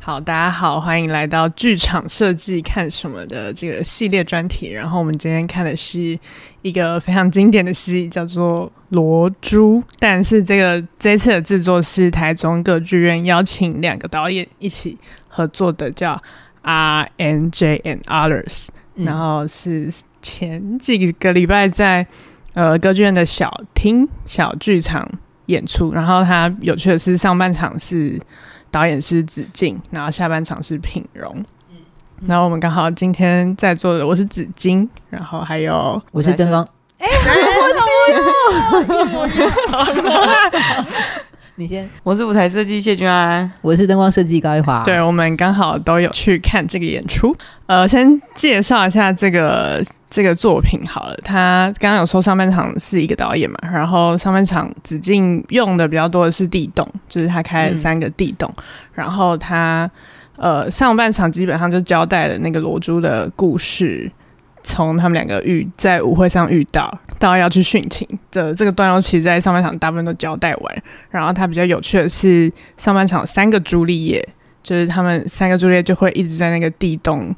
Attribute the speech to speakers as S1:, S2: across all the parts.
S1: 好，大家好，欢迎来到剧场设计看什么的这个系列专题。然后我们今天看的是一个非常经典的戏，叫做《罗珠》。但是这个这次的制作是台中歌剧院邀请两个导演一起合作的，叫 R N J and Others。然
S2: 嗯
S3: 嗯
S1: 后是前几个礼拜在呃歌剧院的小厅小剧场演出，然后它有趣的是上半场是导演是子敬，然后下半场是品荣。然后我们刚好今天在座的我是紫金，然后还有
S2: 我是灯光，你先，
S3: 我是舞台设计谢君安，
S2: 我是灯光设计高一华，
S1: 对，我们刚好都有去看这个演出。呃，先介绍一下这个这个作品好了。他刚刚有说上半场是一个导演嘛，然后上半场子敬用的比较多的是地洞，就是他开了三个地洞，然后他呃上半场基本上就交代了那个罗珠的故事。从他们两个遇在舞会上遇到，到要去殉情的这个段落，其实在上半场大部分都交代完。然后他比较有趣的是，上半场三个朱丽叶，就是他们三个朱丽叶就会一直在那个地洞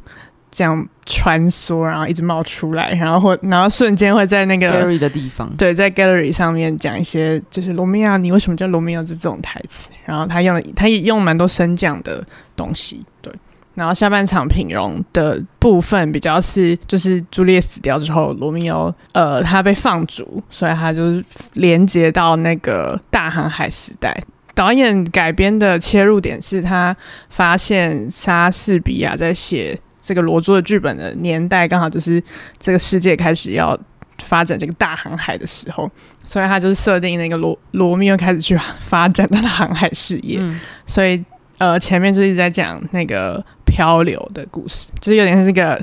S1: 这样穿梭，然后一直冒出来，然后或然后瞬间会在那个
S3: Gary 的地方，
S1: 对在 gallery 上面讲一些就是罗密欧，你为什么叫罗密欧这这种台词，然后他用了他也用蛮多升降的东西，对。然后下半场品容的部分比较是，就是朱丽叶死掉之后，罗密欧呃他被放逐，所以他就是连接到那个大航海时代。导演改编的切入点是他发现莎士比亚在写这个罗珠的剧本的年代，刚好就是这个世界开始要发展这个大航海的时候，所以他就是设定那个罗罗密欧开始去发展他的航海事业。
S3: 嗯，
S1: 所以呃，前面就一直在讲那个漂流的故事，就是有点像这个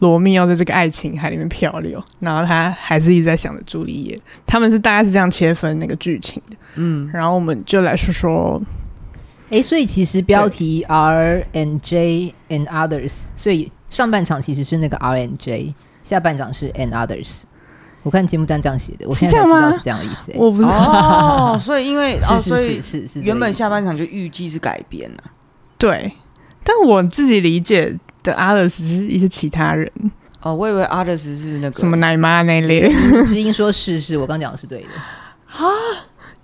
S1: 罗密欧在这个爱情海里面漂流，然后他还是一直在想着朱丽叶，他们是大概是这样切分那个剧情的。
S3: 嗯
S1: 然后我们就来说说，
S2: 哎，所以其实标题 R and J and others，所以上半场其实是那个 R and J，下半场是 and others。我看节目单这样写的，我现在
S1: 是
S2: 才知
S1: 这样吗
S2: 道是这样的意思。诶
S1: 我不是、
S3: 哦，所以因为哦，
S2: 是
S3: 所以
S2: 是是是是这个
S3: 原本
S2: 意思
S3: 下半场就预计是改编啊了，
S1: 对，但我自己理解的阿乐只是一些其他人，
S3: 哦，我以为 others 是那个
S1: 什么奶妈那类，
S2: 知音说是是，我刚讲的是对的。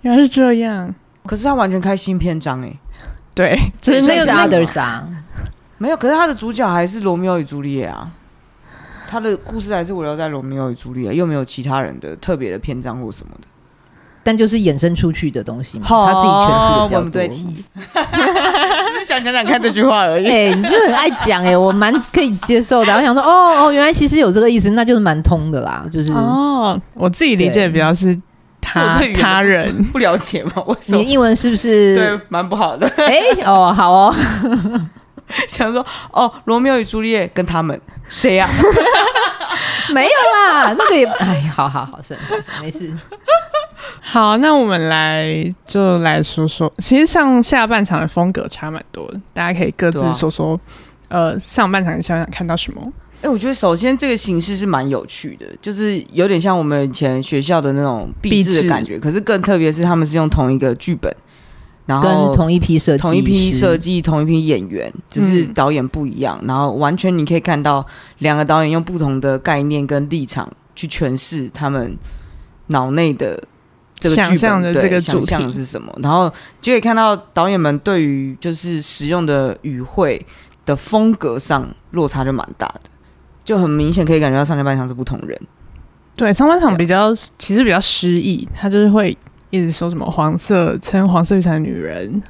S1: 原来是这样。
S3: 可是他完全开新篇章哎，
S1: 对，就是
S2: 所
S1: 那
S2: 以
S1: 个
S2: 是
S1: 那个
S2: others 啊，
S3: 没有，可是他的主角还是罗密欧与朱丽叶啊，他的故事还是围绕在罗密欧与朱丽叶，又没有其他人的特别的篇章或什么的，
S2: 但就是衍生出去的东西嘛，他自己诠释
S3: 哦
S2: 的比
S3: 我
S2: 较
S3: 们
S2: 多
S3: 对。 题，只是想讲讲看这句话而已，
S2: 哎、你就很爱讲哎、我蛮可以接受的。我想说，哦哦，原来其实有这个意思，那就是蛮通的啦，就是。
S1: 哦，我自己理解比较是
S3: 是我
S1: 他
S3: 对语言的
S1: 他人。
S3: 不了解吗？为什
S2: 你
S3: 么
S2: 的？
S1: 哦
S2: 英文是不是？
S3: 对，蛮不好的。
S2: 哎、哦，好哦，
S3: 想说哦，罗密欧与朱丽叶跟他们谁呀、
S2: 没有啦，那个也，哎，好好好，算了算了算了，没事。
S1: 好，那我们来就来说说，其实上下半场的风格差蛮多的，大家可以各自
S3: 对啊
S1: 说说，呃，上半场跟下半场看到什么？
S3: 哎、我觉得首先这个形式是蛮有趣的，就是有点像我们以前学校的那种
S1: 壁
S3: 壁纸
S1: 纸
S3: 的感觉，可是更特别是他们是用同一个剧本，然
S2: 跟
S3: 后
S2: 同一批设计师，
S3: 哦同一批设计、同一批演员，
S1: 嗯
S3: 只是导演不一样，然后完全你可以看到两个导演用不同的概念跟立场去诠释他们脑内的这个剧
S1: 想
S3: 本
S1: 象的
S3: 对
S1: 这个
S3: 想
S1: 主
S3: 象
S1: 题
S3: 是什么，然后就可以看到导演们对于就是使用的语汇的风格上落差就蛮大的，就很明显可以感觉到上下半场是不同人。
S1: 对，上半场比较其实比较诗意，他就是会一直说什么黄色称黄色雨伞的女人，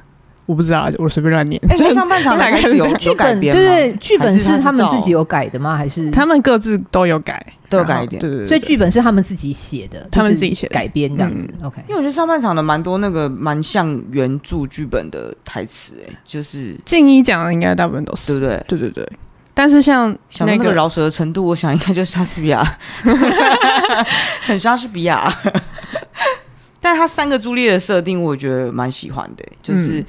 S1: 我不知道，我随便乱念。
S3: 哎、
S1: 就
S3: 那上半场
S1: 大
S3: 开
S1: 概
S3: 始
S1: 是
S3: 有
S1: 这样
S3: 有
S2: 剧
S3: 改
S2: 本，对
S3: 编吗
S2: 对，剧本
S3: 还
S2: 是
S3: 是
S2: 他们
S3: 照
S2: 自己有改的吗？还是
S1: 他们各自都有改，
S3: 嗯都有
S1: 然后
S3: 改一点
S1: 对对对，
S2: 所以
S1: 对
S2: 剧本是他们自己写的，
S1: 他们
S2: 就是
S1: 自己写的嗯
S2: 改编这样子。OK，
S3: 因为我觉得上半场的蛮多那个蛮像原著剧本的台词，哎，就是
S1: 静一讲的应该大部分都
S3: 对
S1: 是，
S3: 不对？
S1: 对对对。但是像
S3: 想到那
S1: 个
S3: 个饶舌的程度，我想应该就是莎士比 亚，很莎士比亚。但他三个朱丽叶的设定，我觉得蛮喜欢的，欸就是
S1: 嗯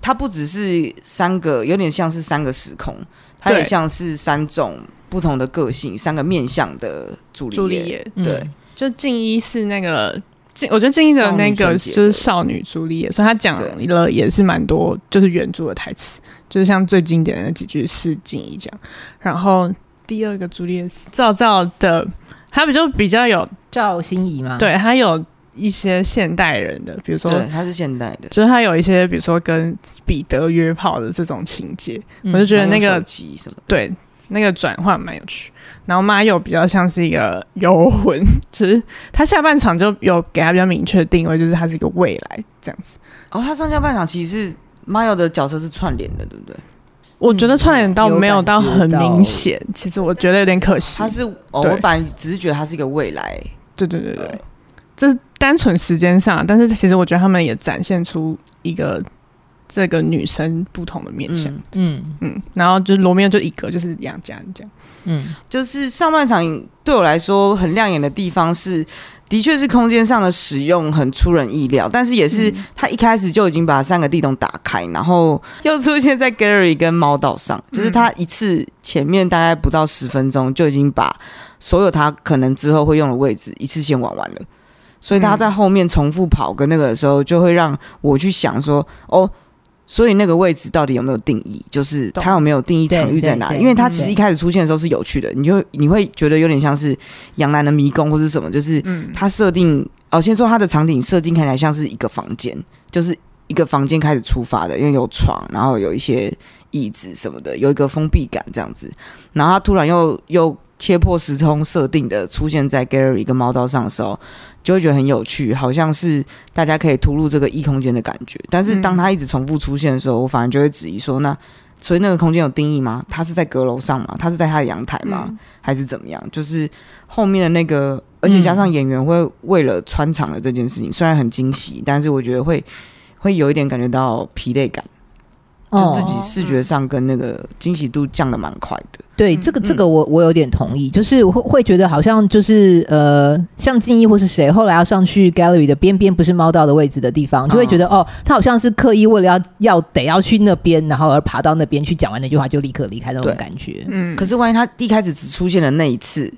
S3: 它不只是三个，有点像是三个时空，它
S1: 对
S3: 也像是三种不同的个性、三个面向的朱
S1: 朱
S3: 丽
S1: 丽
S3: 叶。
S1: 叶，
S2: 嗯
S3: 对，
S1: 就静一是那个进我觉得进一的那
S3: 少
S1: 个就
S3: 女纯洁
S1: 是少女朱丽叶，所以她讲了也是蛮多，就是原著的台词，就是像最经典的那几句是静怡讲，然后第二个朱丽叶是赵照的，她比较比较有，
S2: 赵心怡
S3: 嗯
S2: 嘛，，
S1: 对她有一些现代人的，比如说
S3: 对，它是现代的，
S1: 就是他有一些，比如说跟彼得约炮的这种情节，
S2: 嗯
S1: 我就觉得那
S3: 嗯还有
S1: 个
S3: 手机什么的，
S1: 对那个转换蛮有趣。然后妈又比较像是一个游魂， 只是他下半场就有给他比较明确的定位，就是他是一个未来这样子。
S3: 哦，它上下半场其实是 Mayo 的角色是串联的，对不对？
S1: 我觉得串联到没有到很明显，
S3: 嗯
S1: 其实我觉得有点可惜
S3: 它。是哦，
S1: 对
S3: 我本来只是觉得它是一个未来，
S1: 对对对对
S3: 呃，
S1: 这是单纯时间上，但是其实我觉得他们也展现出一个这个女生不同的面相。
S3: 嗯，
S2: 嗯
S1: 嗯然后就是罗密欧就一个就是杨家这样。
S2: 嗯，
S3: 就是上半场对我来说很亮眼的地方是，的确是空间上的使用很出人意料，但是也是他一开始就已经把三个地洞打开，然后又出现在 Gary 跟猫岛上，就是他一次前面大概不到十分钟就已经把所有他可能之后会用的位置一次性玩完了。所以他在后面重复跑跟那个的时候，就会让我去想说，哦，所以那个位置到底有没有定义？就是
S1: 懂
S3: 他有没有定义场域在哪
S2: 对对
S3: 里？
S2: 对
S3: 因为他其
S2: 嗯
S3: 实
S2: 对
S3: 一开始出现的时候是有趣的，你就你会觉得有点像是杨澜的迷宫或是什么，就是
S1: 嗯
S3: 他设定哦，先说他的场景设定看起来像是一个房间，就是一个房间开始出发的，因为有床，然后有一些椅子什么的，有一个封闭感这样子。然后他突然又又切破时空设定的出现在 Gary 跟猫刀上的时候，就会觉得很有趣，好像是大家可以突入这个异空间的感觉。但是当他一直重复出现的时候，我反而就会质疑说，那所以那个空间有定义吗？他是在阁楼上吗？他是在他的阳台吗？
S1: 嗯
S3: 还是怎么样？就是后面的那个，而且加上演员会为了穿场的这件事情，虽然很惊喜，但是我觉得会会有一点感觉到疲累感，就自己
S2: 哦
S3: 视觉上跟那个惊喜度降的蛮快的。
S2: 对
S1: 嗯
S2: 这个
S1: 嗯
S2: 这个我我有点同意，就是我会会觉得好像就是呃，像静怡或是谁后来要上去 gallery 的边边，不是猫到的位置的地方，就会觉得、哦，他好像是刻意为了要要得要去那边，然后而爬到那边去讲完那句话就立刻离开那种
S3: 对
S2: 感觉。
S1: 嗯，
S3: 可是万一他一开始只出现了那一次，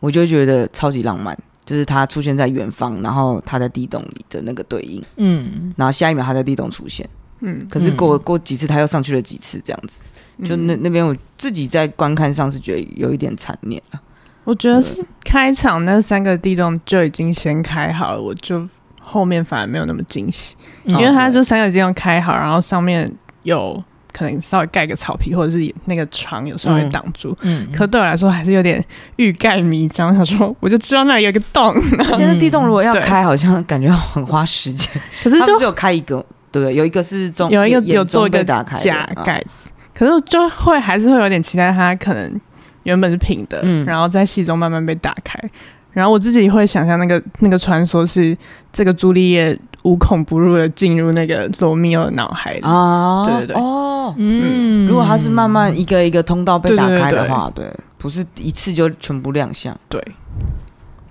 S3: 我就会觉得超级浪漫，就是他出现在远方，然后他在地洞里的那个对应，
S2: 嗯，
S3: 然后下一秒他在地洞出现，
S1: 嗯，
S3: 可是过、
S2: 嗯
S3: 过几次他又上去了几次，这样子，就
S1: 嗯
S3: 那那边我自己在观看上是觉得有一点残念了。
S1: 我觉得是开场那三个地洞就已经先开好了，我就后面反而没有那么惊喜，
S2: 嗯
S1: 因为它
S3: 对
S1: 就三个地洞开好，然后上面有可能稍微盖个草皮，或者是那个床有稍微挡住。
S2: 嗯，
S1: 可对我来说还是有点欲盖弥彰，想说我就知道那里有一个洞，
S3: 而且那地洞如果要
S1: 嗯对
S3: 开，好像感觉很花时间。
S1: 可 是
S3: 它
S1: 就
S3: 不是有开一个，对不对？有一个是中
S1: 有一个
S3: 眼
S1: 有做一个
S3: 眼中被打开的
S1: 假
S3: 啊
S1: 盖子，可是就会还是会有点期待它可能原本是平的，
S3: 嗯
S1: 然后在戏中慢慢被打开。然后我自己会想象那个那个传说是这个朱丽叶无孔不入的进入那个罗密欧的脑海里，
S3: 啊
S1: 对对对
S3: 哦。
S2: 嗯，
S3: 如果它是慢慢一个一个通道被
S1: 对
S3: 打
S1: 嗯对对
S3: 开的
S1: 对
S3: 话，对，不是一次就全部亮相。
S1: 对，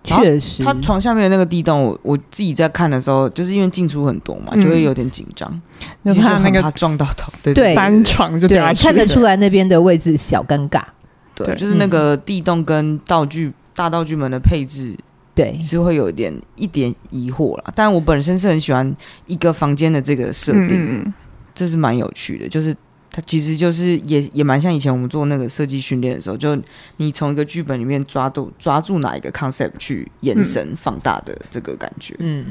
S2: 确实，
S3: 它床下面的那个地洞，我我自己在看的时候，就是因为进出很多嘛，
S1: 嗯
S3: 就会有点紧张，
S1: 就
S3: 就是
S1: 怕那
S3: 很怕
S1: 个
S3: 撞到头。对
S2: 对
S1: 翻床就
S2: 对
S1: 掉下去，
S2: 看得出来那边的位置小尴尬。
S3: 对
S1: 对嗯
S3: 对，就是那个地洞跟道具大道具们的配置
S2: 对，
S3: 是会有一点一点疑惑啦。但我本身是很喜欢一个房间的这个设
S1: 嗯
S3: 定，
S1: 嗯嗯
S3: 这是蛮有趣的，就是它其实就是也也蛮像以前我们做那个设计训练的时候，就你从一个剧本里面抓住抓住哪一个 concept 去延伸放大的这个感觉。
S2: 嗯，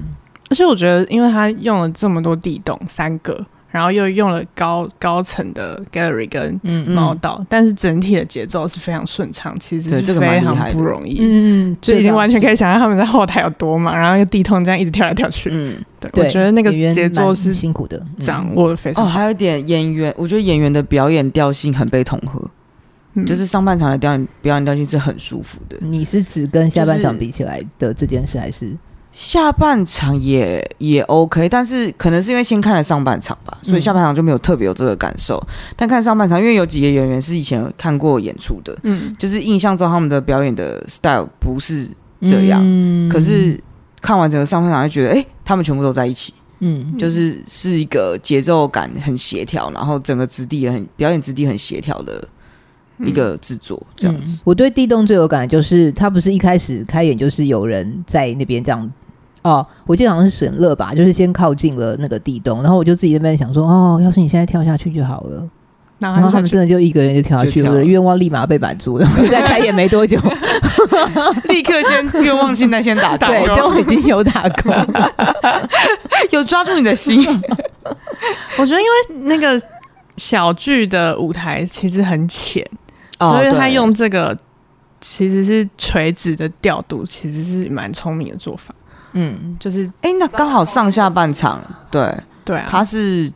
S1: 而且我觉得，因为他用了这么多地洞三个，然后又用了高高层的 gallery 跟
S2: 嗯
S1: 猫道，但是整体的节奏是非常顺畅，其实
S3: 对
S1: 是
S3: 这个蛮
S1: 非
S3: 厉
S1: 常
S3: 害的
S1: 不容易。
S2: 嗯，
S1: 就已经完全可
S2: 以。
S1: 以想象他们在后台有多忙，然后那个地通这样一直跳来跳去。
S3: 嗯，
S1: 对，
S2: 对
S1: 我觉得那个
S2: 演员
S1: 节奏
S2: 蛮嗯
S1: 是
S2: 辛苦的，
S1: 掌握的非常
S3: 哦，
S1: 好，
S3: 还有一点演员，我觉得演员的表演调性很被统合，
S1: 嗯
S3: 就是上半场的表演表演调性是很舒服的，
S2: 你是指跟下半场
S3: 就是
S2: 比起来的这件事，还是
S3: 下半场也也 OK，但是可能是因为先看了上半场吧，所以下半场就没有特别有这个感受。但看上半场，因为有几个演员是以前有看过演出的，
S1: 嗯，
S3: 就是印象中他们的表演的 style 不是这样，
S2: 嗯
S3: 可是看完整个上半场就觉得，哎、他们全部都在一起，
S2: 嗯
S3: 就是是一个节奏感很协调，然后整个质地也很表演质地很协调的一个制作，这样 子。
S2: 嗯我对地洞最有感的就是，他不是一开始开演就是有人在那边这样哦，我记得好像是沈乐吧，就是先靠近了那个地洞，然后我就自己在那边想说，哦，要是你现在跳下去就好了。
S1: 然
S2: 然 后他们真的就一个人就跳下
S3: 就
S2: 去，
S3: 跳
S2: 我
S3: 了
S2: 的愿望立马被满足了。我在开演没多久，
S3: 立刻先愿望清单先 打勾，
S2: 对，就已经有打工。
S3: 有抓住你的心。
S1: 我觉得因为那个小剧的舞台其实很浅，
S2: 哦
S1: 所以他
S3: 哦对
S1: 用这个其实是垂直的调度，其实是蛮聪明的做法。
S2: 嗯，
S1: 就是
S3: 哎、那刚好上下半场，对，
S1: 对啊，
S3: 它是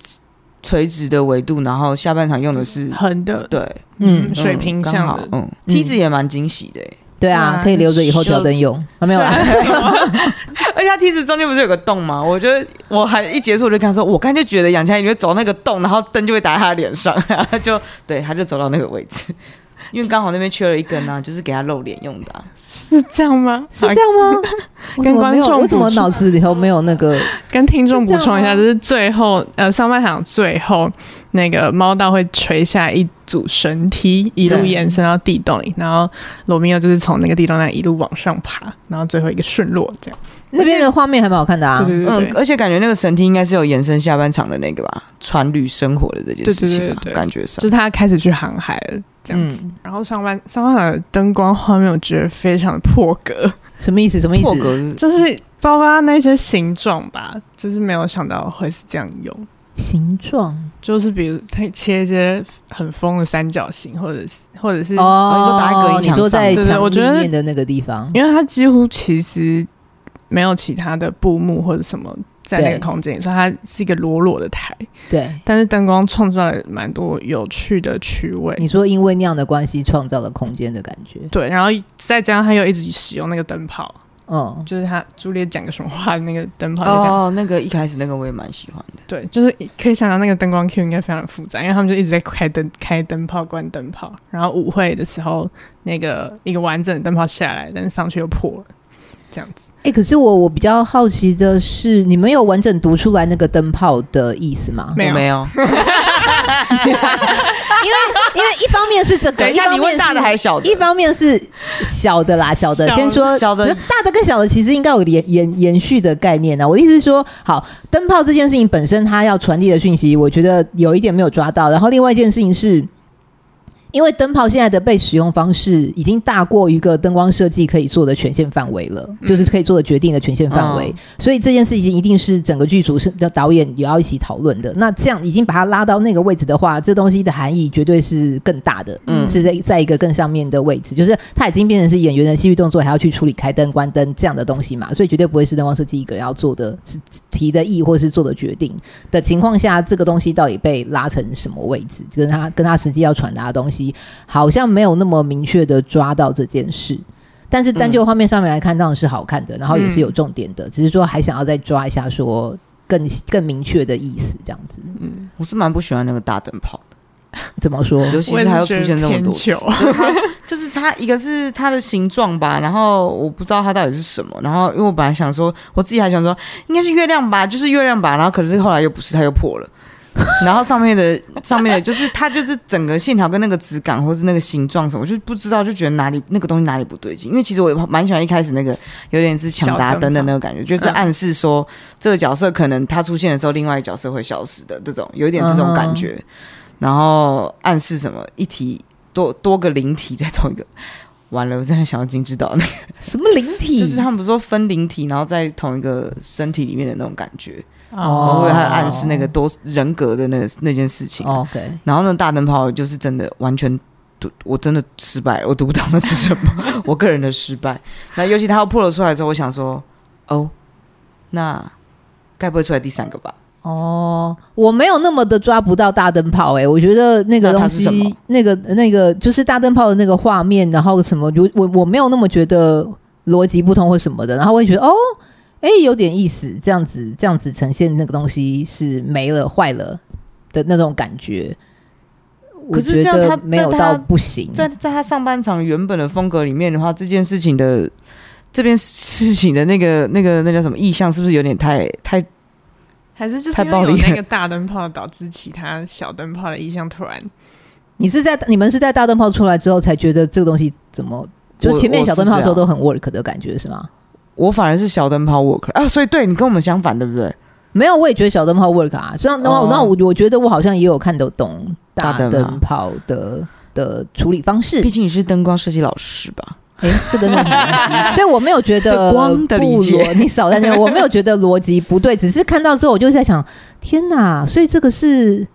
S3: 垂直的维度，然后下半场用的是
S1: 横的，
S3: 对
S2: 嗯
S1: 嗯，水平
S3: 刚
S1: 向
S3: 好
S1: 的，。
S3: 嗯，梯子也蛮惊喜的、欸，
S2: 对啊
S1: 哇，
S2: 可以留着以后挑灯用。啊，没有啦，
S1: 虽然 什么
S3: 而且它梯子中间不是有个洞吗？我觉得我还一结束我就跟他说，我刚才就觉得杨佳怡会走那个洞，然后灯就会打在他的脸上， 然后他就对，他就走到那个位置， 因为刚好那边缺了一根 啊，就是给他露脸用的、啊。
S1: 是这样吗？
S2: 是这样吗？ 我
S1: 跟
S2: 怎么没有
S1: 观众
S2: 我怎么
S1: 补充
S2: 脑子里头没有那个？
S1: 跟听众补充一下，
S2: 是这样吗
S1: 就是最后呃上半场最后那个猫道会垂下一组绳梯，一路
S3: 对
S1: 延伸到地洞里，然后罗密欧就是从那个地洞那里一路往上爬，然后最后一个顺落这样。
S2: 那边的画面还蛮好看的啊
S1: 对。对对对
S3: 嗯，而且感觉那个神梯应该是有延伸下半场的那个吧，穿绿生活的这件事情吧，
S1: 对对对对
S3: 感觉上
S1: 就是他开始去航海了这样子。
S3: 嗯
S1: 然后上半上半场的灯光画面，我觉得非常的破格，
S2: 什么意思？什么意
S3: 破
S2: 思？
S3: 格是
S1: 就是包括那些形状吧，就是没有想到会是这样用。
S2: 形状
S1: 就是比如他切一些很疯的三角形，或者是或者是
S3: 哦你说打在隔音
S2: 你
S3: 墙
S2: 说
S3: 上
S2: 在
S1: 对对
S2: 墙
S1: 我觉得
S2: 里面的那个地方，
S1: 因为它几乎其实没有其他的布幕或者什么在那个
S2: 对
S1: 空间里，所以它是一个裸裸的台，
S2: 对。
S1: 但是灯光创造了蛮多有趣的趣味。
S2: 你说因为那样的关系创造了空间的感觉，
S1: 对，然后再加上他又一直使用那个灯泡，
S2: 嗯，
S1: 就是他朱丽叶讲个什么话，那个灯泡就这样。
S3: 哦，那个一开始那个我也蛮喜欢的，
S1: 对，就是可以想到那个灯光 Q 应该非常复杂，因为他们就一直在开灯、开灯泡、关灯泡。然后舞会的时候，那个一个完整的灯泡下来，但是上去又破了，这样子。
S2: 哎、可是我我比较好奇的是，你们有完整读出来那个灯泡的意 思吗？
S1: 没有
S3: 我没 有。
S2: 因为因为一方面是这个，
S3: 等一下
S2: 方
S3: 你
S2: 面
S3: 问大的
S2: 是
S3: 还是小的？
S2: 一方面是小的啦，小的
S1: 小
S2: 先说
S3: 小的
S2: 大的跟小的其实应该有延延延续的概念啊呢、我的意思是说，好，灯泡这件事情本身它要传递的讯息，我觉得有一点没有抓到。然后另外一件事情是。因为灯泡现在的被使用方式已经大过一个灯光设计可以做的权限范围了，就是可以做的决定的权限范围，
S3: 嗯
S2: 所以这件事情一定是整个剧组是的导演也要一起讨论的。那这样已经把它拉到那个位置的话，这东西的含义绝对是更大的。
S3: 嗯
S2: 是在在一个更上面的位置，就是他已经变成是演员的戏剧动作，还要去处理开灯、关灯这样的东西嘛，所以绝对不会是灯光设计一个人要做的是提的意或是做的决定的情况下，这个东西到底被拉成什么位置，跟他跟他实际要传达的东西，好像没有那么明确的抓到这件事。但是单就画面上面来看，当然是好看的，然后也是有
S3: 嗯
S2: 重点的，只是说还想要再抓一下说。更更明确的意思，这样子
S1: 嗯，
S3: 我是蛮不喜欢那个大灯泡的，
S2: 怎 么说？
S3: 尤其是它又出现这么多次，
S1: 我也
S3: 就是它就是它一个是它的形状吧，然后我不知道它到底是什么，然后因为我本来想说，我自己还想说应该是月亮吧，就是月亮吧，然后可是后来又不是，它又破了。 然后上面的上面的就是它就是整个线条跟那个质感或是那个形状什么，我就不知道就觉得哪里那个东西哪里不对劲。因为其实我也蛮喜欢一开始那个有点是抢答灯的那个感觉，就是暗示说这个角色可能他出现的时候，另外一个角色会消失的这种，有一点这种感觉。然后暗示什么一题多多个灵体在同一个。完了，我真的想要金枝岛那个，
S2: 什么灵体？
S3: 就是他们不是说分灵体，然后在同一个身体里面的那种感觉，然
S1: 哦
S3: 后他暗示那个多人格的那个那件事情。
S2: 哦 OK，
S3: 然后呢，大灯泡就是真的完全读，我真的失败了，我读不到那是什么，我个人的失败。那尤其他要破了出来之后，我想说，哦，那该不会出来第三个吧？
S2: 哦，我没有那么的抓不到大灯泡诶、我觉得那个
S3: 那它
S2: 东
S3: 是什么
S2: 西，那个那个就是大灯泡的那个画面，然后什么，我我我没有那么觉得逻辑不通或什么的，然后我也觉得哦，诶、有点意思，这样子这样子呈现那个东西是没了坏了的那种感觉，我
S3: 可是
S2: 觉
S3: 这样它
S2: 得没有
S3: 在它
S2: 到不行，
S3: 在在他上半场原本的风格里面的话，这件事情的这件事情的那个那个那叫什么意向，是不是有点太太
S1: 还是就是
S3: 太
S1: 因
S3: 暴
S1: 为有
S3: 力了
S1: 那个大灯泡导致其他小灯泡的意向突然
S2: 你是在你们是在大灯泡出来之后才觉得这个东西怎么？就
S3: 我
S2: 前面
S3: 我
S2: 小
S3: 是
S2: 灯泡的时候
S3: 这
S2: 都
S3: 样
S2: 很 work 的感觉是吗？
S3: 我反而是小灯泡 work 啊，所以对你跟我们相反，对不对？
S2: 没有，我也觉得小灯泡 work 啊。虽然那
S3: 哦
S2: 那我我觉得我好像也有看得懂大
S3: 大灯
S2: 灯泡的的处理方式
S3: 毕，竟你是灯光设计老师吧？
S2: 哎，这个真的很难所以我没有觉 得
S3: 对光的理解
S2: 不逻你少在那边，我没有觉得逻辑不对，只是看到之后我就在想，天哪！所以这个是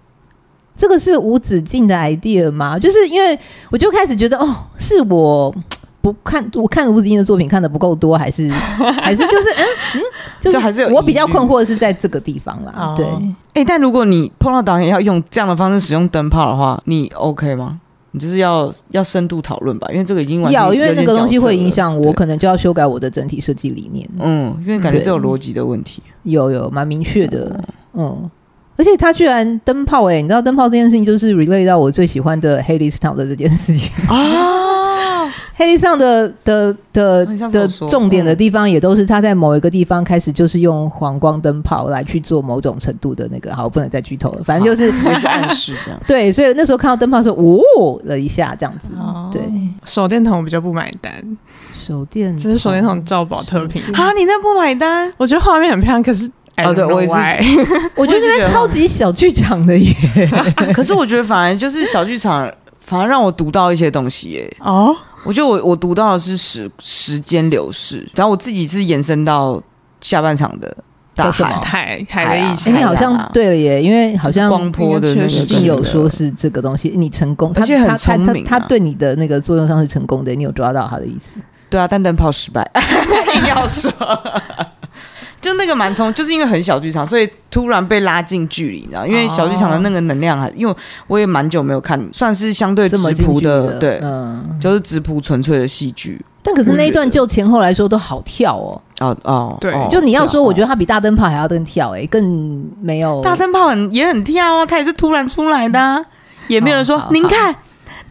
S2: 这个是无止境的 idea 吗？就是因为我就开始觉得，哦，是我。不看，我看吴子英的作品看的不够多，还是还是就是嗯嗯，就
S3: 就还是有
S2: 我比较
S3: 疑虑
S2: 困惑的是在这个地方啦。
S1: 哦
S2: 对，
S3: 哎、但如果你碰到导演要用这样的方式使用灯泡的话，你 OK 吗？你就是要要深度讨论吧，因为这个已经完全
S2: 要因为
S3: 有
S2: 那
S3: 点
S2: 个东西
S3: 角色
S2: 会
S3: 了
S2: 影响我，
S3: 对
S2: 可能就要修改我的整体设计理念。
S3: 嗯，因为感觉
S2: 对
S3: 是有逻辑的问题。
S2: 有有蛮明确的，嗯。而且他居然灯泡哎、你知道灯泡这件事情就是 relay 到我最喜欢的黑历史上的这件事情。
S3: 啊，
S2: 黑历史上的的的
S3: 你上次有
S2: 的
S3: 说
S2: 重点的地方，也都是他在某一个地方开始就是用黄光灯泡来去做某种程度的那个，好，我不能再剧透了，反正 就是
S3: 我也是暗示这 样。
S2: 对。所以那时候看到灯泡的时候，哦了一下这样子，
S1: 哦
S2: 对。
S1: 手电筒我比较不买单，
S2: 手电
S1: 只是
S3: 嗯
S1: 手电筒照宝特
S2: 嗯
S1: 瓶。
S3: 啊，你那不买单？
S1: 我觉得画面很漂亮，可是 I
S3: 哦
S1: don't
S3: 对
S1: know
S3: 我也是
S1: why
S2: 我觉得这边超级小剧场的耶，
S3: 可是我觉得反而就是小剧场，反而让我读到一些东西耶、
S1: 哦，
S3: 我觉得我我读到的是时时间流逝，然后我自己是延伸到下半场的大
S2: 叫什么
S3: 海，
S1: 海海的意
S2: 哎、
S1: 象
S3: 海
S2: 你好像对了耶，因为好像
S3: 光波的
S1: 应
S3: 那
S1: 该确实
S3: 个
S2: 一定有说是这个东西，你成功，他
S3: 而且很
S2: 他他
S3: 聪明啊
S2: 他他对你的那个作用上是成功的，你有抓到他的意思。
S3: 对啊，但灯泡失败，啊
S1: 硬要说，
S3: 就那个蛮冲，就是因为很小剧场，所以突然被拉近距离，你知道，因为小剧场的那个能量还，啊因为我也蛮久没有看，算是相对
S2: 这么
S3: 直
S2: 进
S3: 朴
S2: 去
S3: 的，对，
S2: 嗯。
S3: 就是直朴纯粹的戏剧。
S2: 但可是那一段
S3: 我觉
S2: 就前后来说都好跳哦，
S3: 哦哦，
S1: 对
S3: 哦
S2: 就你要说，我觉
S3: 对
S2: 得
S3: 啊
S2: 他比大灯泡还要更跳哎、更没有
S3: 哦大灯泡很也很跳啊，它也是突然出来的、啊，也没有人说、
S2: 嗯哦好好
S3: 您 看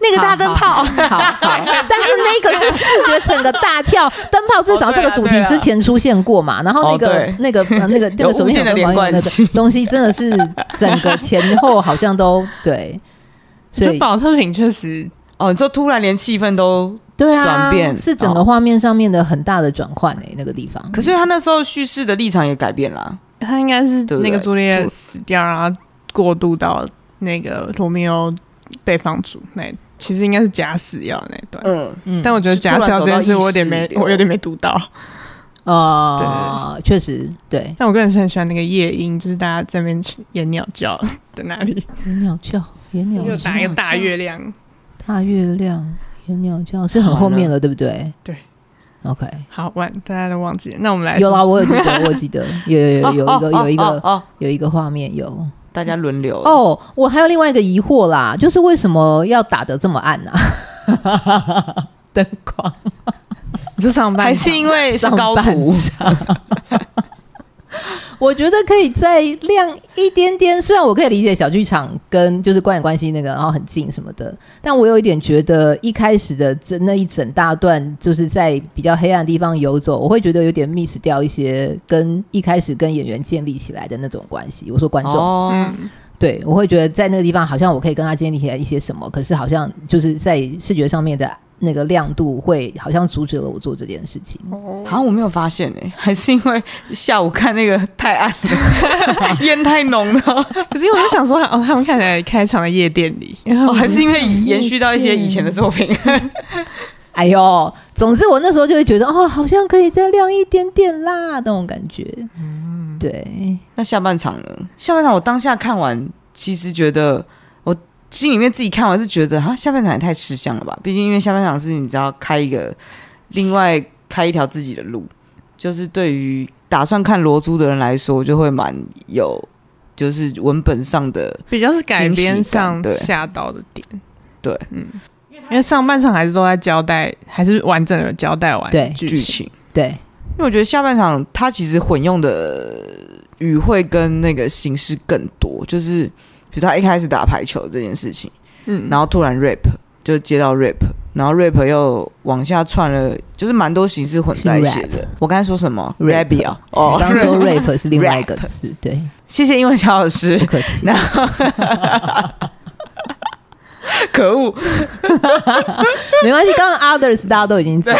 S3: 那个大灯
S2: 好
S3: 泡，
S2: 好好， 但是那个是视觉整个大跳，灯泡至少这个主题之前出现过嘛，然后那
S3: 啊哦
S2: 个
S3: 对
S2: 那个呃 那个那
S3: 有
S2: 个手
S3: 物件
S2: 电
S3: 的
S2: 筒跟
S3: 连
S2: 黄油那
S3: 贯
S2: 个
S3: 性
S2: 东西真的是整个前后好像都 对，所
S1: 就
S2: 以
S1: 宝特瓶确实
S3: 哦，你说突然连气氛都
S2: 对啊，
S3: 转变
S2: 是整个画面上面的很大的转换诶，那个地方。
S3: 可是他那时候叙事的立场也改变了，
S1: 他应该是
S3: 对不对
S1: 那个朱丽叶
S3: 就
S1: 死掉，然后过渡到那个罗密欧被放逐那一，其实应该是假死掉的那一段。
S3: 嗯，
S2: 嗯
S1: 但我觉得假死掉这件事，我有点没
S3: 就突然走到意识，里了
S1: 我有点没读到。
S2: 呃，确实对，
S1: 但我个人是很喜欢那个夜莺，就是大家在那边演鸟叫的那 里，
S2: 野鸟叫，野鸟
S1: 就
S2: 叫
S1: 打一个大月亮，
S2: 大月亮，野鸟叫是很
S3: 好
S2: 后面
S3: 了
S2: 了，对不对？
S1: 对
S2: ，OK。
S1: 好玩，大家都忘记了。那我们来
S2: 有啦，我有记得，我有记得有有有有一个
S3: 哦哦
S2: 有一
S3: 哦
S2: 个
S3: 哦，
S2: 有一个画面有
S3: 大家轮流哦，
S2: 哦，我还有另外一个疑惑啦，就是为什么要打得这么暗呢、啊？灯光
S1: 你是上班
S3: 还是因为是
S2: 上
S3: 高
S2: 半
S3: 徒，
S2: 场 我觉得可以再亮一点点。虽然我可以理解小剧场跟就是观影关系那个，然后很近什么的，但我有一点觉得一开始的这那一整大段就是在比较黑暗的地方游走，我会觉得有点 miss 掉一些跟一开始跟演员建立起来的那种关系。我说观众，
S3: 哦，
S1: 嗯，
S2: 对我会觉得在那个地方好像我可以跟他建立起来一些什么，可是好像就是在视觉上面的。那个亮度会好像阻止了我做这件事情，
S3: 好像我没有发现诶，还是因为下午看那个太暗了， 烟太浓了，
S1: 可是我就想说，哦，他们看起来开场的夜店里，然
S3: 哦，
S1: 后
S3: 还是因为延续到一些以前的作品，
S2: 哎呦，总之我那时候就会觉得，哦，好像可以再亮一点点啦，那种感觉。
S1: 嗯
S2: 对，
S3: 那下半场呢？下半场我当下看完，其实觉得我心里面自己看完是觉得，哈，啊下半场也太吃香了吧？毕竟因为下半场是你知道开一个另外开一条自己的路，就是对于打算看罗珠的人来说，就会蛮有就是文本上的
S1: 比较是改编上
S3: 惊喜感对
S1: 吓到的点。
S3: 对，
S1: 嗯，因为上半场还是都在交代，还是完整的交代完
S2: 对
S1: 剧
S3: 剧
S1: 情。
S3: 情。
S2: 对，
S3: 因为我觉得下半场它其实混用的语汇跟那个形式更多，就是比如他一开始打排球这件事情。
S1: 嗯，
S3: 然后突然 rap 就接到 rap，然后 rap 又往下串了，就是蛮多形式混在一起的。我刚才说什么
S2: Rap
S3: rap 啊？
S2: 我
S3: 哦，
S2: 刚说 rape 是另外一个词，对，
S3: 谢谢英文小老师
S2: 不，可惜。
S3: 可恶！
S2: 没关系，刚刚 others 大家都已经知道。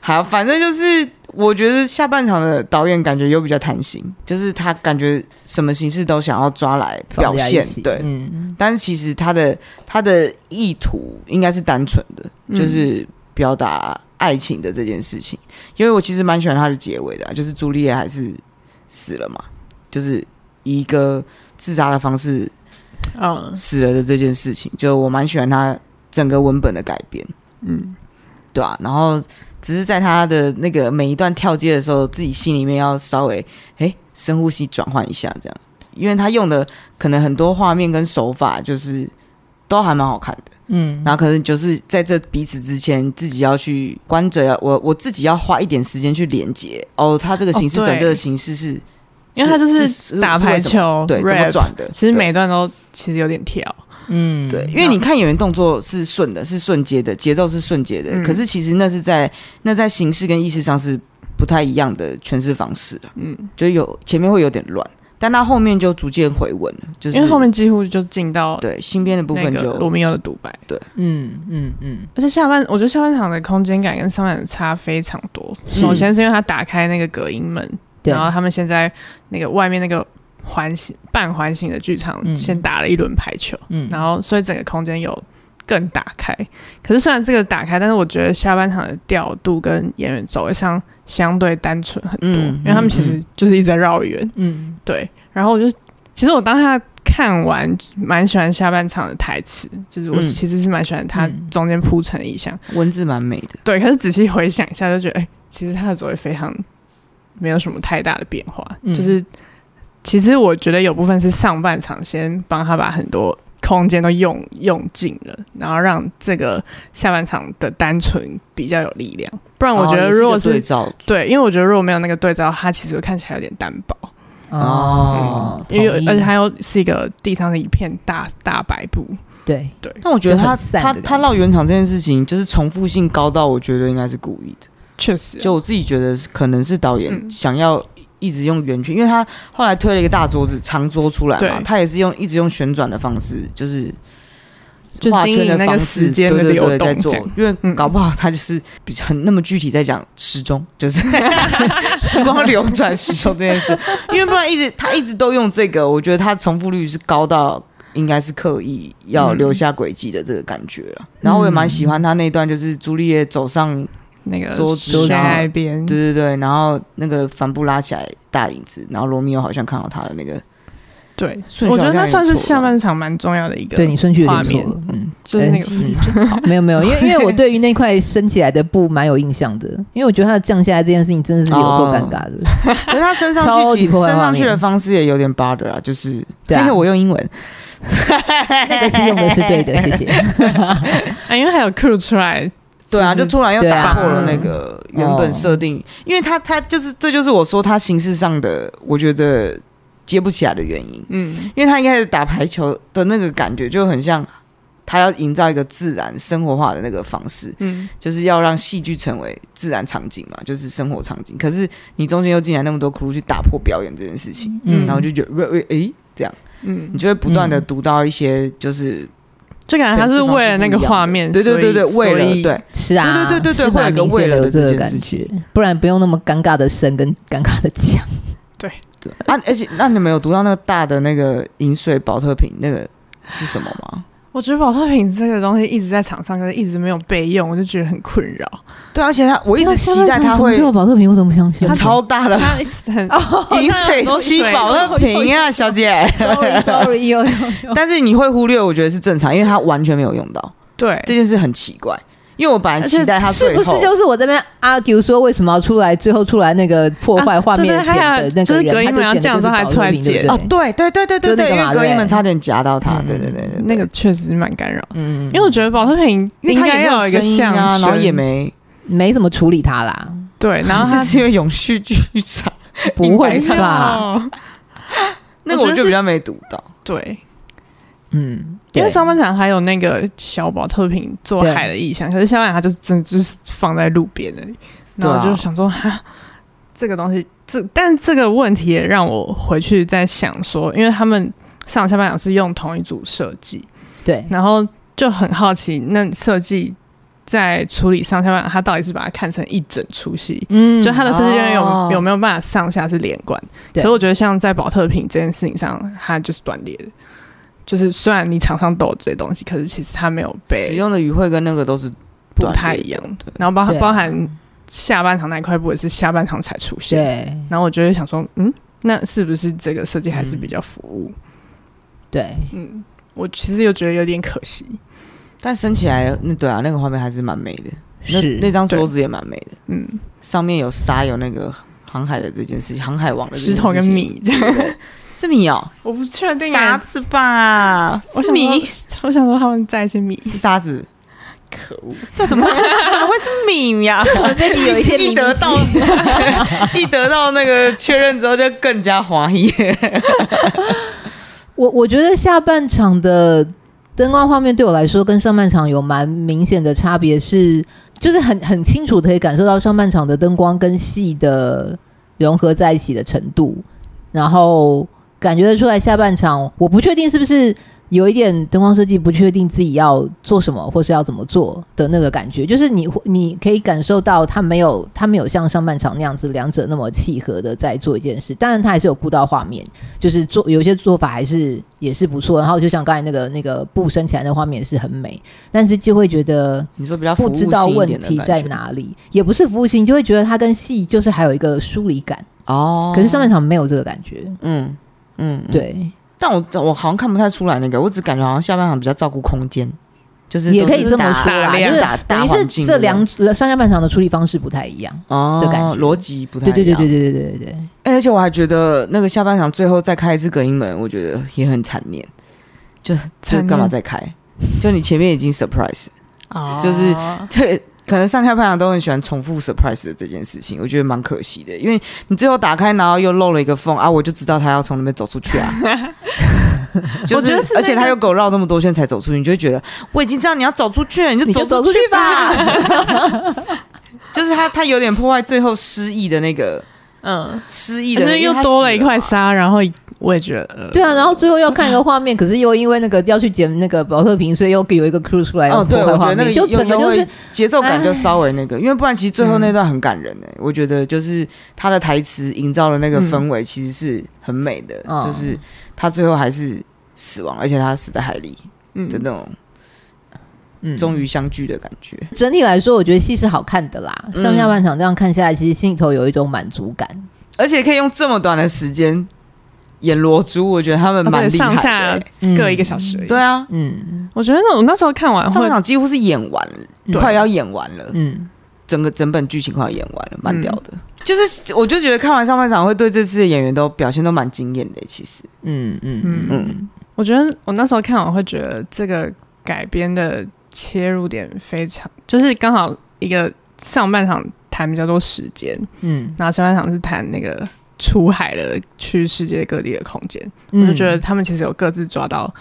S3: 好，反正就是我觉得下半场的导演感觉又比较贪心，就是他感觉什么形式都想要抓来表
S2: 放在一
S3: 现
S2: 起，
S3: 对，
S2: 嗯，
S3: 但是其实他的他的意图应该是单纯的，
S1: 嗯
S3: 就是表达爱情的这件事情。因为我其实蛮喜欢他的结尾的啊、就是朱丽叶还是死了嘛，就是以一个自杀的方式
S1: 嗯
S3: 死了的这件事情，就我蛮喜欢他整个文本的改编，
S1: 嗯，
S3: 对啊，然后只是在他的那个每一段跳接的时候，自己心里面要稍微哎深呼吸转换一下，这样，因为他用的可能很多画面跟手法就是都还蛮好看的。
S2: 嗯，
S3: 然后可能就是在这彼此之前，自己要去观者要我我自己要花一点时间去连接哦，他这个形式
S1: 哦对
S3: 转折的形式是，
S1: 因为他就是是打排
S3: 嗯是为什么
S1: 球，
S3: 对怎么
S1: rap，
S3: 转的，
S1: 其实
S3: 对
S1: 每段都其实有点跳，
S2: 嗯，
S3: 对，因为你看演员动作是顺的，是瞬接的，节奏是瞬接的，
S1: 嗯
S3: 可是其实那是在那在形式跟意识上是不太一样的诠释方式啊，
S1: 嗯，
S3: 就有前面会有点乱，但他后面就逐渐回稳了，就是
S1: 因为后面几乎就进到
S3: 对新编的部
S1: 那
S3: 分
S1: 个罗
S3: 就
S1: 密欧的独白，
S2: 嗯嗯嗯，
S1: 而且下半我觉得下半场的空间感跟上半场差非常多。
S2: 是
S1: 首先是因为他打开那个隔音门，
S2: 对
S1: 然，后他们现在那个外面那个环形半环形的剧场
S2: 嗯
S1: 先打了一轮排球，
S2: 嗯，
S1: 然后所以整个空间有更打开。可是虽然这个打开，但是我觉得下半场的调度跟演员走位上相对单纯很多，
S3: 嗯
S1: 因为他们其实就是一直在绕远。
S2: 嗯
S1: 对，然后我就其实我当下看完蛮喜欢下半场的台词，就是我
S3: 嗯
S1: 其实是蛮喜欢他
S2: 嗯
S1: 中间铺陈的意象。
S3: 文字蛮美的，
S1: 对，可是仔细回想一下，就觉得哎、其实他的走位非常没有什么太大的变化，
S2: 嗯
S1: 就是其实我觉得有部分是上半场先帮他把很多。空间都用用尽了，然后让这个下半场的单纯比较有力量。不然我觉
S3: 哦
S1: 得
S3: 也是
S1: 如果
S3: 个
S1: 是,、
S3: 对照
S1: 对，因为我觉得如果没有那个对照，他其实会看起来有点单薄。
S2: 哦，
S1: 嗯因为
S2: 同意
S1: 而且它又是一个地上的一片大大白布，
S2: 对，
S3: 但我觉得
S2: 就
S3: 他
S2: 很散
S3: 他
S2: 的感
S3: 他
S2: 觉
S3: 绕圆场这件事情，就是重复性高到我觉得应该是故意的。
S1: 确实啊
S3: 就我自己觉得是，可能是导演
S1: 嗯
S3: 想要一直用圆圈，因为他后来推了一个大桌子长桌出来嘛
S1: 对，
S3: 他也是用一直用旋转的方式，就是
S1: 就
S3: 画
S1: 经
S3: 圈
S1: 营
S3: 的
S1: 那
S3: 方
S1: 个
S3: 式，
S1: 时间的
S3: 对对
S1: 流
S3: 对在
S1: 动
S3: 做
S1: 这样。
S3: 因为
S1: 嗯
S3: 搞不好他就是比较很那么具体在讲时钟，就是 时光流转时钟这件事，因为不然一直他一直都用这个，我觉得他重复率是高到。应该是刻意要
S1: 嗯
S3: 留下轨迹的这个感觉了，然后我也蛮喜欢他那段，就是朱丽叶走上
S1: 那个
S3: 桌子
S1: 悬
S3: 然后
S1: 崖边，
S3: 对对对，然后那个帆布拉起来大影子，然后罗密欧好像看到他的那 个，
S1: 对，
S3: 顺序
S1: 我觉得那
S3: 好像有
S1: 算是
S3: 错
S1: 下
S3: 乱
S1: 半场蛮重要的一个，
S2: 对你顺序有
S1: 画
S2: 点
S1: 面
S2: 错了，嗯，
S1: 就是
S3: 哎
S1: 那个
S2: 记忆没有没有，因 为因为我对于那块升起来的布蛮有印象的，因为我觉得它的降下来这件事情真的是有
S3: 哦
S2: 够尴尬的。
S3: 可是他身上
S2: 超
S3: 去
S2: 级
S3: 其
S2: 破坏
S3: 身上
S2: 画
S3: 去的
S2: 面
S3: 方式也有点 bother 啊，就是
S2: 对啊
S3: 那个我用英文，
S2: 那个是用的是对的，谢谢。
S3: 嗯
S1: 啊，因为还有 crew 出来，
S3: 对啊，
S1: 就
S3: 就是啊哦突然又
S2: 对
S3: 打
S2: 啊
S3: 破了那个原本设定，因为他他就是这就是我说他形式上的，我觉得接不起来的原因，
S1: 嗯，
S3: 因为他一开始打排球的那个感觉就很像。他要营造一个自然生活化的那个方式，
S1: 嗯，
S3: 就是要让戏剧成为自然场景嘛，就是生活场景。可是你中间又进来那么多 crew 去打破表演这件事情，
S2: 嗯
S3: 然后就觉得喂喂诶，这样
S1: 嗯
S3: 你，就会不断的
S2: 嗯
S3: 读到一些就是
S1: 就感觉他是为了那个画面，
S3: 对对对对，
S1: 所以所
S3: 为
S1: 以
S3: 了对
S2: 是啊，
S3: 对对对对
S2: 是蛮
S3: 会有
S2: 明
S3: 个为
S2: 显
S3: 了
S2: 的
S3: 的
S2: 有这
S3: 这
S2: 个
S3: 件
S2: 感
S3: 事
S2: 觉，不然不用那么尴尬的升跟尴尬的降。
S3: 对啊，而且那你们有读到那个大的那个饮水保特瓶那个是什么吗？
S1: 我觉得保特瓶这个东西一直在场上，可是一直没有被用，我就觉得很困 扰。
S3: 对，而且他我一直期待他
S2: 什么
S3: 会
S2: 时候保特瓶，我怎么想想
S3: 有 超大的
S1: 它很
S2: 哦
S3: 饮水机保特瓶啊，小姐。
S2: ，sorry sorry，有有有，
S3: 但是你会忽略，我觉得是正常，因为他完全没有用到
S1: 对，
S3: 这件事，很奇怪。因为我本来期待他
S2: 是
S3: 最
S2: 不
S3: 后
S2: 是就是我这边 argue 说为什么要出来，最后出来那个破坏画面
S1: 啊
S2: 的
S1: 对对
S2: 剪
S1: 还有
S2: 的那
S1: 就
S2: 个
S1: 是
S2: 人，
S1: 隔音
S2: 他就
S1: 门要
S2: 剪
S1: 这样的
S2: 的
S1: 时候
S2: 就是
S1: 还
S2: 保
S1: 出来
S2: 特瓶对不
S1: 剪
S3: 啊
S2: 对？，
S3: 对对对对对对，
S2: 就那个
S3: 因
S2: 嘛
S3: 为隔音门
S2: 对
S3: 差点夹到他，
S2: 嗯
S3: 对对对对，
S1: 那个确实蛮干扰。
S2: 嗯，
S1: 因为我觉得保特瓶
S3: 因为
S1: 应
S3: 他
S1: 该
S3: 也没
S1: 要
S3: 有
S1: 有一个
S3: 声音
S1: 象
S3: 啊，然后
S1: 征
S3: 也没，
S2: 没怎么处理它 啦，
S1: 对，然后
S3: 这
S1: 它
S3: 是因为永续剧场
S2: 不
S3: 白
S2: 会
S3: 痴
S2: 吧？
S1: 哦
S3: 那个我
S1: 我觉得
S3: 就是比较没读到。
S1: 对，
S2: 嗯，
S1: 因为
S2: 对
S1: 上半场还有那个小宝特品做海的意象，可是下半场他就真的就是放在路边而已。
S3: 对
S1: 然
S3: 啊
S1: 后我就想说，哈，这个东西，这但这个问题也让我回去在想说，因为他们上下半场是用同一组设计，
S2: 对，
S1: 然后就很好奇，那设计在处理上下半场，他到底是把它看成一整出戏，
S2: 嗯
S1: 就他的设计人有、
S3: 哦
S1: 有没有办法上下是连贯？
S2: 对
S1: 所以我觉得像在保特瓶这件事情上，它就是断裂的。就是虽然你场上都有这些东西，可是其实它没有
S3: 使
S1: 被
S3: 用的语汇跟那个都是
S1: 不太一样。然后包
S2: 对啊
S1: 包含下半场那一块布也是下半场才出现。
S2: 对
S1: 然后我就会想说，嗯，那是不是这个设计还是比较服务？
S2: 对，
S1: 嗯，我其实又觉得有点可惜。
S3: 但升起来那对啊，那个画面还是蛮美的。那
S2: 是
S3: 那张桌子也蛮美的，
S1: 嗯，
S3: 上面有沙，有那个航海的这件事情，航海王的这件
S1: 石头跟
S3: 事情
S1: 米这样，
S3: 是米哦，
S1: 我不确定
S3: 沙
S1: 啊。
S3: 子吧？
S1: 我
S3: 是
S1: 想
S3: 米
S1: 说，我想说他们在一些米，
S3: 是沙子，
S1: 可 恶，
S3: 这怎么 会是怎么会是米呀、
S2: 我们这里有一些秘
S3: 一
S2: 密
S3: 得到 一得到那个确认之后，就更加怀疑。
S2: 我我觉得下半场的灯光画面对我来说跟上半场有蛮明显的差别是，就是很很清楚地可以感受到上半场的灯光跟戏的融合在一起的程度，然后感觉得出来下半场我不确定是不是。有一点灯光设计不确定自己要做什么，或是要怎么做的那个感觉，就是你你可以感受到他没有他没有像上半场那样子两者那么契合的在做一件事，当然他还是有顾到画面，就是做有一些做法还是也是不错，然后就像刚才那个那个布升起来的画面也是很美，但是就会觉得
S3: 你说比较服
S2: 不
S3: 务
S2: 知
S3: 性
S2: 道
S3: 一
S2: 问
S3: 点的
S2: 题
S3: 感
S2: 在
S3: 觉
S2: 哪里，也不是服务性，就会觉得它跟戏就是还有一个疏离感。
S3: 哦？
S2: 可是上半场没有这个感觉，
S3: 嗯嗯，嗯，
S2: 对，
S3: 但我我好像看不太出来那个，我只感觉好像下半场比较照顾空间，就是
S2: 也
S3: 都
S2: 可以
S3: 是
S2: 这么
S3: 打
S2: 说
S1: 啦
S3: 打
S1: 就是
S3: 量打
S2: 等
S3: 打
S2: 于
S3: 环
S2: 是
S3: 境
S2: 这
S3: 的
S2: 两呃上下半场的处理方式不太一样。
S3: 哦
S2: 的感觉
S3: 逻辑不太
S2: 对对对对
S3: 对。
S2: 对对对对，
S3: 哎而且我还觉得那个下半场最后再开一次隔音门，我觉得也很残念，就
S1: 残
S3: 就
S1: 念
S3: 干嘛再开？就你前面已经 surprise，
S1: 哦
S3: 就是 对，可能上下半场都很喜欢重复 surprise 的这件事情，我觉得蛮可惜的，因为你最后打开，然后又漏了一个缝啊，我就知道他要从那边走出去 啊。就
S1: 我觉得是那个
S3: 而且他又狗绕那么多圈才走出去，你就会觉得我已经知道你要走出去了，你
S2: 你就
S3: 就走
S2: 走出
S3: 去
S2: 去吧。
S3: 就是他，他有点破坏最后失忆的那个
S1: 嗯，
S3: 失忆
S1: 而
S3: 的那个，
S1: 且
S3: 因
S1: 又
S3: 为他
S1: 多
S3: 死
S1: 了一块
S3: 嘛
S1: 沙，然后我也觉得，呃
S2: 对啊，然后最后要看一个画面，可是又因为那个要去剪那个保特瓶，所以又有一个 crew 出来要
S3: 哦，
S2: 哎破
S3: 对，
S2: 坏
S3: 我觉
S2: 画
S3: 得那
S2: 面，
S3: 个
S2: 就整个
S3: 又
S2: 就
S3: 又
S2: 是
S3: 会节奏感就
S2: 哎嗯
S3: 稍微那个，因为不然其实最后那段很感人呢、欸我觉得就是他的台词营造的那个氛围其实是很美的，
S2: 嗯
S3: 就是他最后还是死亡，而且他死在海里的
S1: 嗯，
S3: 那种
S2: 嗯
S3: 终于相聚的感觉。
S2: 整体来说，我觉得戏是好看的啦。
S3: 嗯
S2: 上下半场这样看下来，其实心里头有一种满足感。
S3: 而且可以用这么短的时间演罗珠，我觉得他们
S1: 哦
S3: 蛮
S1: 对
S3: 厉害的
S1: 上
S3: 欸、
S1: 下嗯各一个小时而已。
S3: 对啊，
S2: 嗯
S1: 我觉得那我那时候看完
S3: 上
S1: 会
S3: 场几乎是演完了，
S2: 对
S3: 嗯快要演完了。
S2: 嗯，
S3: 整个整本剧情快要演完了，蛮屌的。就是我就觉得看完上半场会对这次的演员都表现都蛮惊艳的、其实，
S2: 嗯嗯嗯嗯，
S1: 我觉得我那时候看完会觉得这个改编的切入点非常，就是刚好一个上半场谈比较多时间，
S2: 嗯，
S1: 然后下半场是谈那个出海的去世界各地的空间，
S2: 嗯
S1: 我就觉得他们其实有各自抓到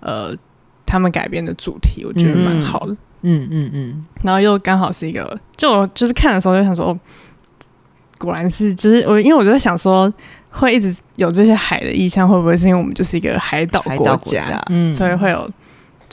S1: 呃他们改编的主题，我觉得蛮好的。
S2: 嗯嗯嗯，
S1: 然后又刚好是一个，就我就是看的时候就想说，哦、果然是就是我，因为我就在想说，会一直有这些海的意象，会不会是因为我们就是一个海岛
S3: 海
S1: 国
S3: 岛国家。
S2: 嗯
S1: 所以会有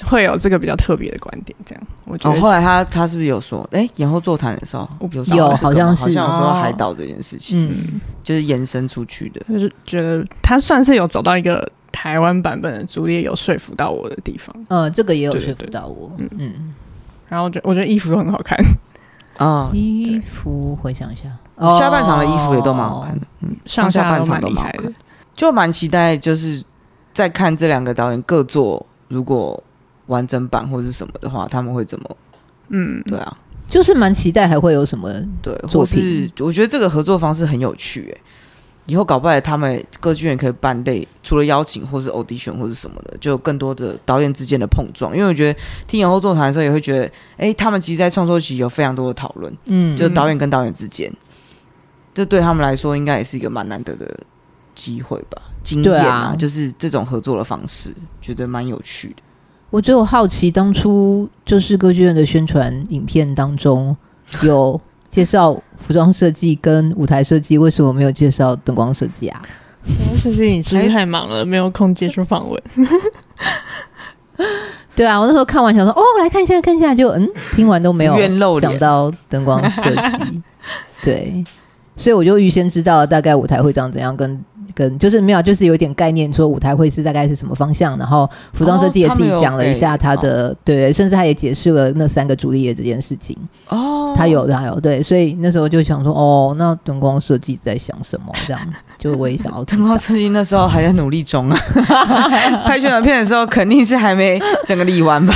S1: 会有这个比较特别的观点，这样我觉
S3: 哦，
S1: 得。
S3: 后来他他是不是有说，哎、演后座谈的时候
S1: 我
S3: 有
S2: 有
S3: 好
S2: 好像
S3: 好
S2: 是
S3: 像有说
S2: 哦
S3: 到海岛这件事情，
S2: 嗯
S3: 就是延伸出去的。
S1: 就是觉得他算是有找到一个台湾版本的朱丽叶，有说服到我的地方。
S2: 呃，这个也有
S1: 对
S2: 说
S1: 对
S2: 服到我。
S1: 嗯
S2: 嗯，
S1: 然后我觉我觉得衣服很好看，
S3: 啊、
S2: 衣服回想一下，
S3: 嗯
S2: 哦
S3: 下半场的衣服也都蛮好看的， 上下
S1: 下
S3: 半
S1: 都
S3: 场
S1: 蛮
S3: 都
S1: 厉
S3: 蛮好
S1: 害
S3: 看
S1: 的。
S3: 就蛮期待，就是在看这两个导演各做如果完整版或是什么的话，他们会怎么？
S1: 嗯，
S3: 对啊，
S2: 就是蛮期待还会有什么。
S3: 对，
S2: 作
S3: 或是我觉得这个合作方式很有趣、欸，以后搞不好他们歌剧院可以办类，除了邀请或是 audition 或是什么的，就有更多的导演之间的碰撞。因为我觉得听演后座谈的时候，也会觉得，哎、他们其实，在创作期有非常多的讨论，
S2: 嗯，
S3: 就是导演跟导演之间，这对他们来说应该也是一个蛮难得的机会吧，经验
S2: 对
S3: 啊
S2: 啊
S3: 就是这种合作的方式，觉得蛮有趣的。
S2: 我只有好奇，当初就是歌剧院的宣传影片当中有介绍服装设计跟舞台设计，为什么没有介绍灯光设计啊？
S1: 最近你是不是太忙了，没有空接受访问？
S2: 对啊，我那时候看完想说，哦，来看一下，看一下，就嗯，听完都没 有
S3: 不愿露
S2: 讲
S3: 脸。
S2: 到灯光设 计，对，所以我就预先知道了大概舞台会长怎样跟。跟就是没有，就是有点概念，说舞台会是大概是什么方向，然后服装设计也
S3: 哦他
S2: 自
S3: 们
S2: 己
S3: 有
S2: 讲了一下
S3: 给
S2: 他的、对，甚至他也解释了那三个主力的这件事情，
S3: 哦，
S2: 他有他有对，所以那时候就想说，哦，那灯光设计在想什么？这样就我也想要知
S3: 灯光
S2: 道，
S3: 设计那时候还在努力中啊， 拍宣传片的时候肯定是还没整个理完吧？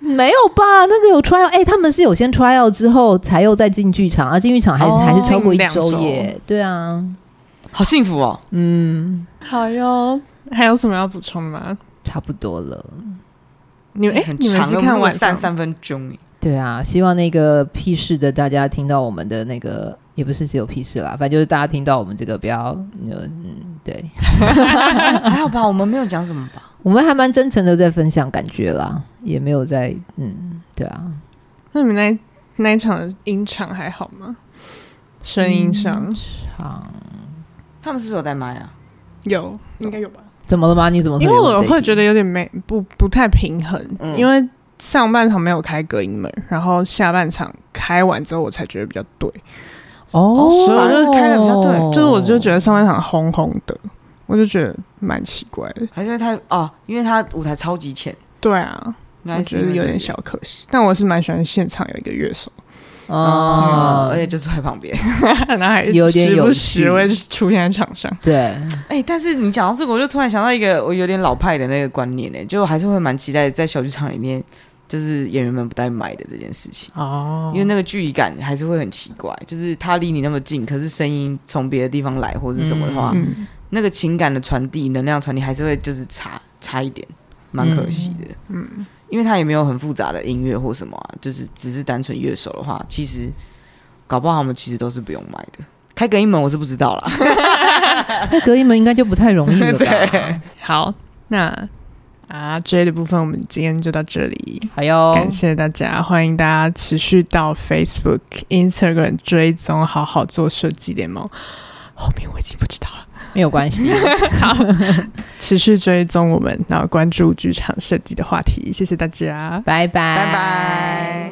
S2: 没有吧？那个有 try out，哎、他们是有先 try out 之后才又再进剧场，啊，进剧场还是、
S3: 哦
S2: 还是超过
S1: 进
S2: 一
S1: 两
S2: 周
S1: 周
S2: 耶，对啊，
S3: 好幸 福哦！
S2: 嗯，
S1: 好哟。还有什么要补充吗？
S2: 差不多了。
S1: 你们哎、
S3: 很
S1: 你们
S3: 长
S1: 是
S3: 的，
S1: 看
S3: 我
S1: 晚
S3: 散
S1: 上
S3: 三分钟 耶，
S2: 对啊，希望那个屁事的大家听到我们的那个，也不是只有屁事啦，反正就是大家听到我们这个，不要，嗯，对，
S3: 还好吧？我们没有讲什么吧？
S2: 我们还蛮真诚的在分享感觉啦，也没有在，嗯，对啊，
S1: 那你们那那一场的音场还好吗？声音上、
S3: 嗯
S2: 好，
S3: 他们是不是有带麦啊？
S1: 有，应该有吧？
S2: 怎么了吗？你怎么会
S1: 因
S2: 有
S1: 为
S2: 这一题？
S1: 我会觉得有点没不不太平衡，
S3: 嗯
S1: 因为上半场没有开隔音门，然后下半场开完之后我才觉得比较对，
S2: 哦，
S1: 所以我就
S3: 开了比较对
S1: 就是我就觉得上半场轰轰的，我就觉得蛮奇怪的。
S3: 还是因为他哦，因为他舞台超级浅，
S1: 对啊，
S3: 那
S1: 我觉得有点小可惜，但我是蛮喜欢现场有一个乐手，
S2: 得
S3: 啊，
S2: 哦
S1: 嗯
S3: 而，且就坐在旁边。
S1: 那还
S2: 有点
S1: 时
S2: 有
S1: 不
S2: 趣
S1: 时会出现在场上。
S2: 对，
S3: 哎、但是你讲到这个，我就突然想到一个我有点老派的那个观念呢、就还是会蛮期待在小剧场里面，就是演员们不带麦的这件事情，
S1: 哦
S3: 因为那个距离感还是会很奇怪，就是他离你那么近，可是声音从别的地方来或是什么的话，
S1: 嗯，
S3: 那个情感的传递、能量传递还是会就是差差一点，蛮可惜的。嗯，因为他也没有很复杂的音乐或什么啊，就是只是单纯乐手的话，其实搞不好他们其实都是不用麦的。开隔音门我是不知道啦，
S2: 那隔音门应该就不太容易 了吧
S3: 对？
S1: 好，那 RJ 的部分我们今天就到这里。
S2: 还有
S1: 感谢大家，欢迎大家持续到 Facebook、Instagram 追踪好好做设计联盟。后面我已经不知道了，
S2: 没有关系，
S1: 持续追踪我们，然后关注剧场设计的话题。谢谢大家，
S2: 拜拜，
S3: 拜拜。